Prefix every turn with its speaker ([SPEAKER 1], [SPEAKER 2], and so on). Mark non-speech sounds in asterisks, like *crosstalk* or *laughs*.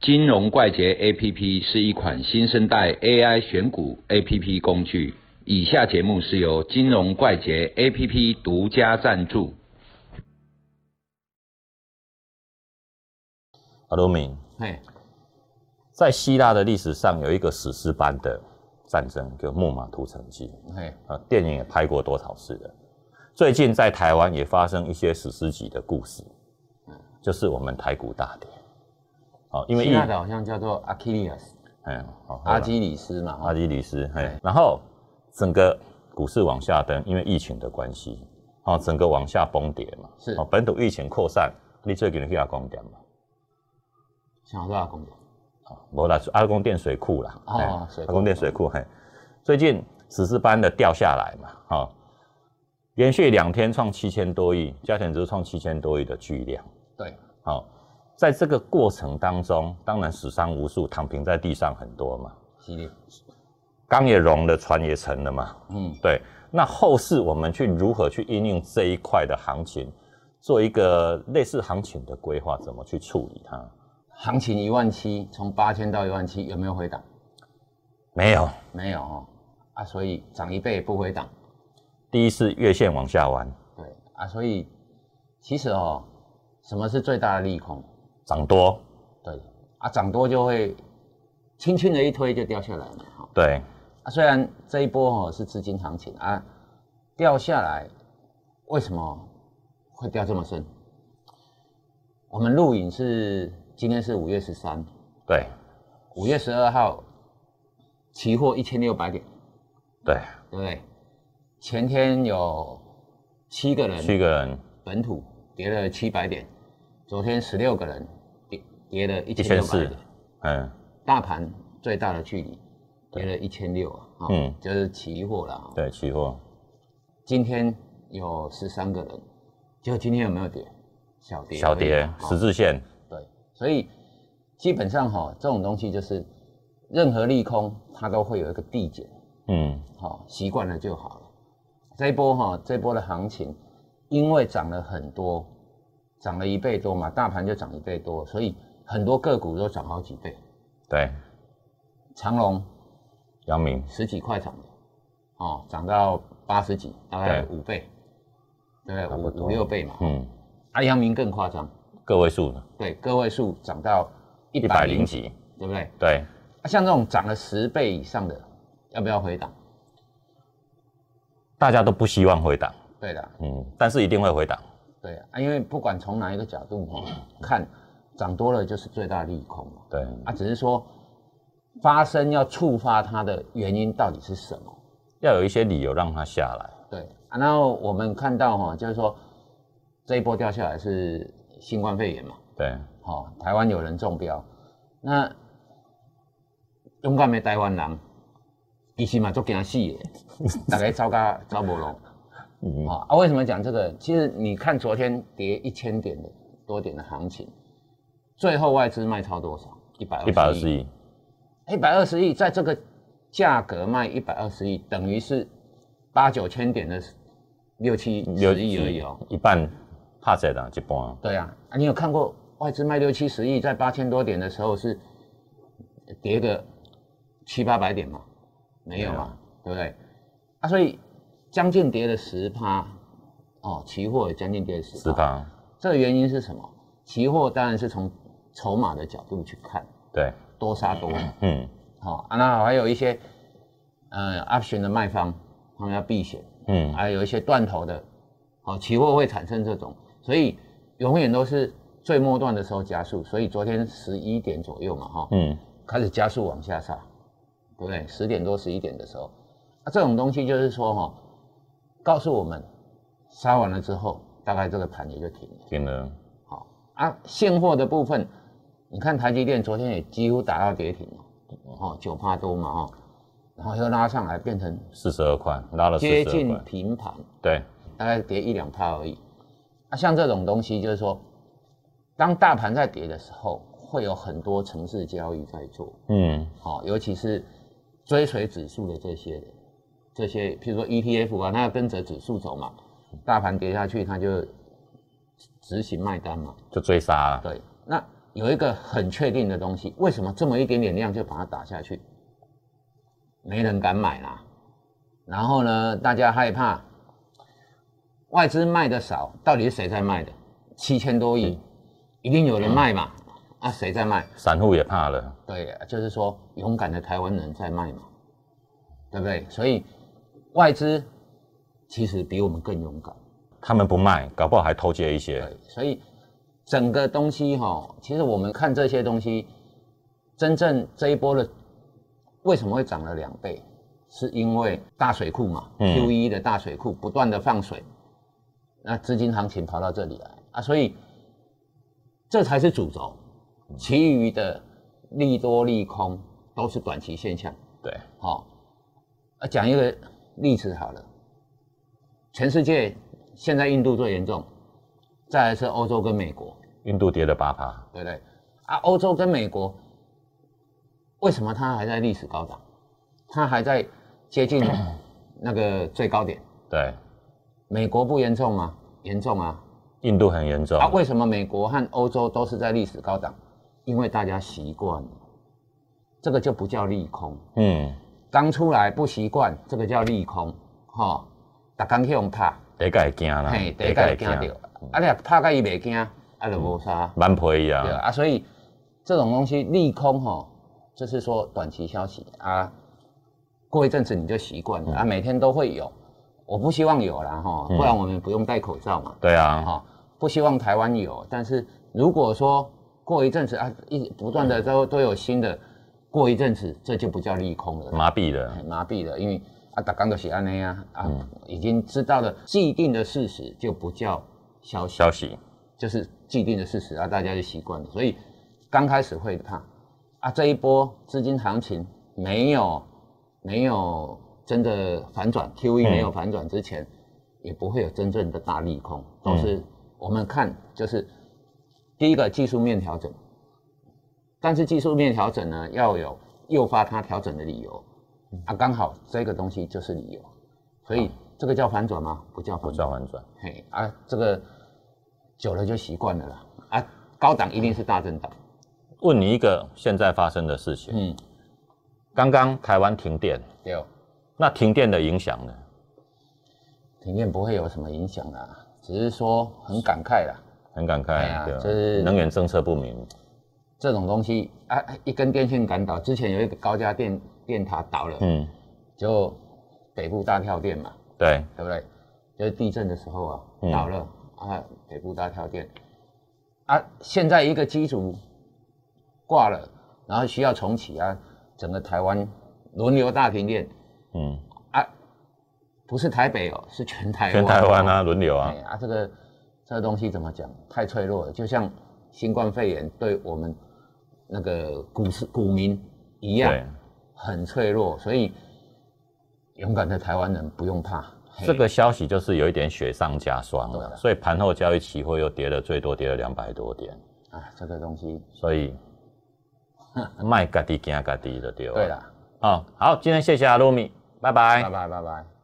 [SPEAKER 1] 金融怪杰 APP 是一款新生代 AI 选股 APP 工具。以下节目是由金融怪杰 APP 独家赞助。
[SPEAKER 2] 阿鲁敏，
[SPEAKER 1] 嘿，
[SPEAKER 2] 在希腊的历史上有一个史诗般的战争，叫木马屠城记
[SPEAKER 1] 嘿，
[SPEAKER 2] 啊，电影也拍过多少次了。最近在台湾也发生一些史诗级的故事，就是我们台股大跌，哦，因为
[SPEAKER 3] 希
[SPEAKER 2] 疫
[SPEAKER 3] 腊的好像叫做 Achilles
[SPEAKER 2] 嗯，好
[SPEAKER 3] 阿基里斯嘛，
[SPEAKER 2] 阿
[SPEAKER 3] 哈
[SPEAKER 2] 基里斯，嘿
[SPEAKER 3] 对，
[SPEAKER 2] 然后整个股市往下登，因为疫情的关系，哦，整个往下崩跌嘛，
[SPEAKER 3] 是
[SPEAKER 2] 哦，本土疫情扩散，你最给人去阿公店嘛，
[SPEAKER 3] 想多少公点？
[SPEAKER 2] 无啦，阿公店水库啦，
[SPEAKER 3] 哦
[SPEAKER 2] 嘿
[SPEAKER 3] 水库
[SPEAKER 2] 阿公店水库，嘿，最近十四班的掉下来嘛，哦，连续两天创七千多亿，加权值创七千多亿的巨量，
[SPEAKER 3] 对，
[SPEAKER 2] 好、在这个过程当中，当然死伤无数，躺平在地上很多嘛，
[SPEAKER 3] 犀利，
[SPEAKER 2] 缸也融了，船也沉了嘛，
[SPEAKER 3] 嗯，
[SPEAKER 2] 对，那后市我们去如何去应用这一块的行情，做一个类似行情的规划，怎么去处理它？
[SPEAKER 3] 行情一万七，从八千到一万七，有没有回档？
[SPEAKER 2] 没有，
[SPEAKER 3] 没有哦，啊，所以涨一倍不回档，
[SPEAKER 2] 第一是月线往下弯，
[SPEAKER 3] 对啊，所以其实哦，什么是最大的利空？
[SPEAKER 2] 涨多，
[SPEAKER 3] 对啊，涨多就会轻轻的一推就掉下来了，哈、
[SPEAKER 2] 对，
[SPEAKER 3] 啊，虽然这一波哦是资金行情啊，掉下来，为什么会掉这么深？我们录影是今天是五月十三，
[SPEAKER 2] 对，
[SPEAKER 3] 五月十二号，期货一千六百点，
[SPEAKER 2] 对，
[SPEAKER 3] 对不对？前天有七个
[SPEAKER 2] 七
[SPEAKER 3] 人
[SPEAKER 2] 个人
[SPEAKER 3] 本土跌了七百点，昨天十六个人跌跌了一
[SPEAKER 2] 一
[SPEAKER 3] 千
[SPEAKER 2] 千
[SPEAKER 3] 六百
[SPEAKER 2] 四
[SPEAKER 3] 点，，
[SPEAKER 2] 嗯，
[SPEAKER 3] 大盘最大的距离跌了一千六啊，哦
[SPEAKER 2] 嗯
[SPEAKER 3] 就是期货了啊、哦
[SPEAKER 2] 对，期货
[SPEAKER 3] 今天有十三个人，就今天有没有跌？小跌而已，
[SPEAKER 2] 小跌
[SPEAKER 3] 哦
[SPEAKER 2] 十字线，
[SPEAKER 3] 对，所以基本上哈、这种东西就是任何利空它都会有一个递减，
[SPEAKER 2] 嗯，
[SPEAKER 3] 好、习惯了就好了。这一波哈、这一波的行情，因为涨了很多，涨了一倍多嘛，大盘就涨一倍多，所以很多个股都涨好几倍，
[SPEAKER 2] 对，
[SPEAKER 3] 长隆
[SPEAKER 2] 阳明
[SPEAKER 3] 十几块涨的，哦，涨到八十几，大概
[SPEAKER 2] 对
[SPEAKER 3] 五倍，对，
[SPEAKER 2] 差
[SPEAKER 3] 五
[SPEAKER 2] 不多
[SPEAKER 3] 五六倍嘛，
[SPEAKER 2] 嗯，
[SPEAKER 3] 啊，阳明更夸张，
[SPEAKER 2] 个位数的，
[SPEAKER 3] 对，个位数涨到一
[SPEAKER 2] 一
[SPEAKER 3] 百
[SPEAKER 2] 百
[SPEAKER 3] 零
[SPEAKER 2] 零
[SPEAKER 3] 几，
[SPEAKER 2] 几，
[SPEAKER 3] 对不对？
[SPEAKER 2] 对，
[SPEAKER 3] 啊，像这种涨了十倍以上的，要不要回档？
[SPEAKER 2] 大家都不希望回档，
[SPEAKER 3] 对的，啊
[SPEAKER 2] 嗯，但是一定会回档，
[SPEAKER 3] 对啊，因为不管从哪一个角度哦看，涨多了就是最大利空嘛。
[SPEAKER 2] 对，
[SPEAKER 3] 啊，只是说发生要触发它的原因到底是什么？
[SPEAKER 2] 要有一些理由让它下来，
[SPEAKER 3] 对啊，然后我们看到哈、就是说这一波掉下来是新冠肺炎嘛，
[SPEAKER 2] 对，
[SPEAKER 3] 哦，台湾有人中标，那勇敢的台湾人，其实嘛足惊死的，大家走甲走无路。
[SPEAKER 2] 嗯
[SPEAKER 3] 啊啊！为什么讲这个？其实你看昨天跌一千点的多点的行情，最后外资卖超多少？一百
[SPEAKER 2] 一百二
[SPEAKER 3] 二
[SPEAKER 2] 十
[SPEAKER 3] 十亿。
[SPEAKER 2] 亿，
[SPEAKER 3] 一百二十亿，在这个价格卖一百二十亿，等于是八九千点的六七
[SPEAKER 2] 六
[SPEAKER 3] 十亿而已哦。
[SPEAKER 2] 一半怕谁的一半，
[SPEAKER 3] 对啊，啊，你有看过外资卖六七十亿，在八千多点的时候是跌个七八百点吗？没有嘛，对不对？啊，所以将近跌了十趴，哦，期货也将近跌了十
[SPEAKER 2] 十趴，
[SPEAKER 3] 这个原因是什么？期货当然是从筹码的角度去看，
[SPEAKER 2] 对，
[SPEAKER 3] 多杀 *clears throat* 多，
[SPEAKER 2] 嗯，
[SPEAKER 3] 好、哦啊那还有一些呃 option 的卖方，他们要避险，
[SPEAKER 2] 嗯，
[SPEAKER 3] 还有一些断头的，好、期货会产生这种，所以永远都是最末段的时候加速，所以昨天十一点左右嘛，哈、
[SPEAKER 2] 嗯，
[SPEAKER 3] 开始加速往下杀，对不对？十点多、十一点的时候，啊，这种东西就是说哈、告诉我们杀完了之后，大概这个盘也就停了。
[SPEAKER 2] 听了，
[SPEAKER 3] 好啊，现货的部分，你看台积电昨天也几乎打到跌停了，哦，九趴多嘛哦，然后又拉上来变成
[SPEAKER 2] 四十二块，拉了四
[SPEAKER 3] 接
[SPEAKER 2] 十二
[SPEAKER 3] 近
[SPEAKER 2] 块，
[SPEAKER 3] 平盘，
[SPEAKER 2] 对，
[SPEAKER 3] 大概跌一两趴而已。啊，像这种东西就是说，当大盘在跌的时候，会有很多城市交易在做，
[SPEAKER 2] 嗯，
[SPEAKER 3] 哦，尤其是追随指数的这些这些，譬如说 ETF 啊，它要跟着指数走嘛，大盘跌下去，它就执行卖单嘛。
[SPEAKER 2] 就追杀了，
[SPEAKER 3] 对，那有一个很确定的东西，为什么这么一点点量就把它打下去？没人敢买啦。然后呢，大家害怕，外资卖的少，到底是谁在卖的？七千多亿，一定有人卖嘛？啊，谁在卖？
[SPEAKER 2] 散户也怕了，
[SPEAKER 3] 对，就是说勇敢的台湾人在卖嘛，对不对？所以外资其实比我们更勇敢。
[SPEAKER 2] 他们不卖，搞不好还偷借一些。
[SPEAKER 3] 对，所以整个东西哈、其实我们看这些东西，真正这一波的为什么会涨了两倍，是因为大水库嘛、
[SPEAKER 2] 嗯
[SPEAKER 3] q 1的大水库不断的放水，那资金行情跑到这里来啊，所以这才是主轴，其余的利多利空都是短期现象。
[SPEAKER 2] 对，
[SPEAKER 3] 好、啊，讲一个例子好了。全世界现在印度最严重，再来是欧洲跟美国，
[SPEAKER 2] 印度跌了八趴，
[SPEAKER 3] 对不对？啊，欧洲跟美国为什么它还在历史高涨？它还在接近那个最高点。
[SPEAKER 2] 对，
[SPEAKER 3] 美国不严重吗？严重啊！
[SPEAKER 2] 印度很严重。
[SPEAKER 3] 啊，为什么美国和欧洲都是在历史高档？因为大家习惯了，这个就不叫利空。
[SPEAKER 2] 嗯，
[SPEAKER 3] 刚出来不习惯，这个叫利空，吼、哦，逐工去用拍，
[SPEAKER 2] 第一个惊啦，
[SPEAKER 3] 嘿，啊第一个惊到，啊，你若拍到伊袂惊，啊，就无啥，
[SPEAKER 2] 蛮赔
[SPEAKER 3] 对
[SPEAKER 2] 呀。
[SPEAKER 3] 啊，所以这种东西利空吼、就是说短期消息啊，过一阵子你就习惯了、啊，每天都会有，我不希望有啦，吼、不然我们不用戴口罩嘛，
[SPEAKER 2] 对
[SPEAKER 3] 啊
[SPEAKER 2] 啊，
[SPEAKER 3] 哈，不希望台湾有，但是如果说过一阵子啊，一直不断的都都有新的，过一阵子这就不叫利空了。
[SPEAKER 2] 麻痹了。
[SPEAKER 3] 很麻痹的，因为啊，打刚个是安内啊啊，已经知道了既定的事实，就不叫消息，
[SPEAKER 2] 消息，
[SPEAKER 3] 就是既定的事实啊，大家就习惯了，所以刚开始会怕啊，这一波资金行情没有没有真的反转，Q E
[SPEAKER 2] 嗯
[SPEAKER 3] 没有反转之前，也不会有真正的大利空，都是我们看就是第一个技术面调整，但是技术面调整呢，要有诱发它调整的理由啊，刚好这个东西就是理由，所以这个叫反转吗？不叫反
[SPEAKER 2] 不
[SPEAKER 3] 转
[SPEAKER 2] 转。反转，
[SPEAKER 3] 嘿啊，这个久了就习惯了啦。啊，高档一定是大震荡。
[SPEAKER 2] 问你一个现在发生的事情，
[SPEAKER 3] 嗯，
[SPEAKER 2] 刚刚台湾停电，
[SPEAKER 3] 对哦，
[SPEAKER 2] 那停电的影响呢？
[SPEAKER 3] 停电不会有什么影响啦，只是说很感慨啦。
[SPEAKER 2] 很感
[SPEAKER 3] 哎
[SPEAKER 2] 慨，
[SPEAKER 3] 呀
[SPEAKER 2] 对啊
[SPEAKER 3] 就是
[SPEAKER 2] 能源政策不明，
[SPEAKER 3] 这种东西啊，一根电线杆倒，之前有一个高架电电塔倒了，
[SPEAKER 2] 嗯，
[SPEAKER 3] 就北部大跳电嘛，
[SPEAKER 2] 对，
[SPEAKER 3] 对不对？就是地震的时候啊，
[SPEAKER 2] 嗯
[SPEAKER 3] 倒了、啊，北部大跳电啊，现在一个机组挂了，然后需要重启啊，整个台湾轮流大停电，
[SPEAKER 2] 嗯，
[SPEAKER 3] 啊，不是台北哦， *laughs* 是全台湾
[SPEAKER 2] 全台湾啊，轮流啊
[SPEAKER 3] 哎，啊，这个这个东西怎么讲？太脆弱了，就像新冠肺炎对我们那个股市股民一样，
[SPEAKER 2] 对，
[SPEAKER 3] 很脆弱。所以勇敢的台湾人不用怕。嘿
[SPEAKER 2] 这个消息就是有一点雪上加霜
[SPEAKER 3] 对
[SPEAKER 2] 了，
[SPEAKER 3] 啊
[SPEAKER 2] 所以盘后交易期货又跌了最多，跌了两百多点，
[SPEAKER 3] 啊，这个东西，
[SPEAKER 2] 所以卖嘎滴惊嘎滴的对了
[SPEAKER 3] 对啦，
[SPEAKER 2] 哦，好，今天谢谢阿露米，拜拜
[SPEAKER 3] 拜拜拜拜。